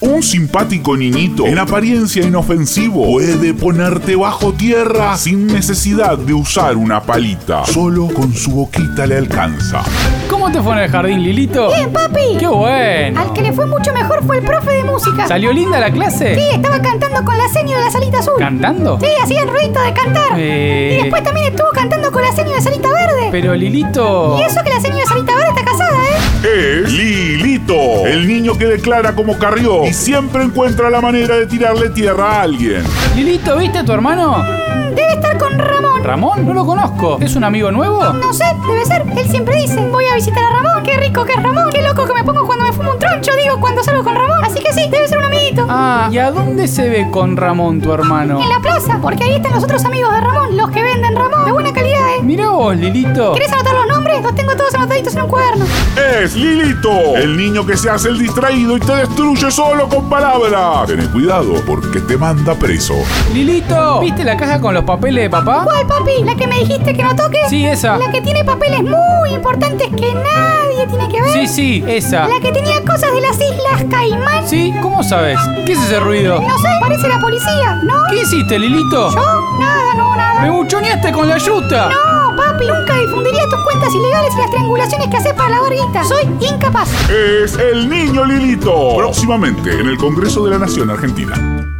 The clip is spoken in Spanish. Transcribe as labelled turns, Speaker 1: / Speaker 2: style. Speaker 1: Un simpático niñito, en apariencia inofensivo, puede ponerte bajo tierra sin necesidad de usar una palita. Solo con su boquita le alcanza.
Speaker 2: ¿Cómo te fue en el jardín, Lilito?
Speaker 3: Bien, papi.
Speaker 2: ¡Qué bueno!
Speaker 3: Al que le fue mucho mejor fue el profe de música.
Speaker 2: ¿Salió linda la clase?
Speaker 3: Sí, estaba cantando con la seño de la salita azul.
Speaker 2: ¿Cantando?
Speaker 3: Sí, hacía el ruido de cantar.
Speaker 2: Eh.
Speaker 3: Y después también estuvo cantando con la seño de la salita verde.
Speaker 2: Pero Lilito.
Speaker 3: Y eso que la seño de la salita verde está casada, ¿eh?
Speaker 1: Es Lilito, el niño que declara como carrió y siempre encuentra la manera de tirarle tierra a alguien.
Speaker 2: Lilito, ¿viste a tu hermano?
Speaker 3: Mm, Debe estar con Ramón.
Speaker 2: Ramón, no lo conozco. ¿Es un amigo nuevo?
Speaker 3: No sé, debe ser. Él siempre dice, voy a visitar a Ramón. Qué rico que es Ramón. Qué loco que me pongo cuando me fumo un troncho, digo, cuando salgo con Ramón. Así que sí, debe ser un amiguito.
Speaker 2: Ah, ¿y a dónde se ve con Ramón tu hermano?
Speaker 3: En la plaza, porque ahí están los otros amigos de Ramón, los que venden Ramón. De buena calidad, ¿eh?
Speaker 2: Mirá vos, Lilito.
Speaker 3: ¿Querés anotar los nombres? Los tengo todos anotaditos en un cuaderno.
Speaker 1: Es Lilito, el niño que se hace el distraído y te destruye solo con palabras. Ten cuidado porque te manda preso.
Speaker 2: Lilito, ¿viste la caja con los papeles de papá?
Speaker 3: ¿Cuál, papi? ¿La que me dijiste que no toque?
Speaker 2: Sí, esa.
Speaker 3: La que tiene papeles muy importantes que nadie tiene que ver.
Speaker 2: Sí, sí, esa.
Speaker 3: La que tenía cosas de las Islas Caimán.
Speaker 2: ¿Sí? ¿Cómo sabes? ¿Qué es ese ruido?
Speaker 3: No sé, parece la policía, ¿no?
Speaker 2: ¿Qué hiciste, Lilito?
Speaker 3: ¿Yo? Nada, no, nada.
Speaker 2: ¡Me buchoneaste con la yuta!
Speaker 3: No, papi, nunca difundiría tus cuentas ilegales y las triangulaciones que haces para lavar guita. Soy incapaz.
Speaker 1: Es el niño Lilito. Próximamente en el Congreso de la Nación Argentina.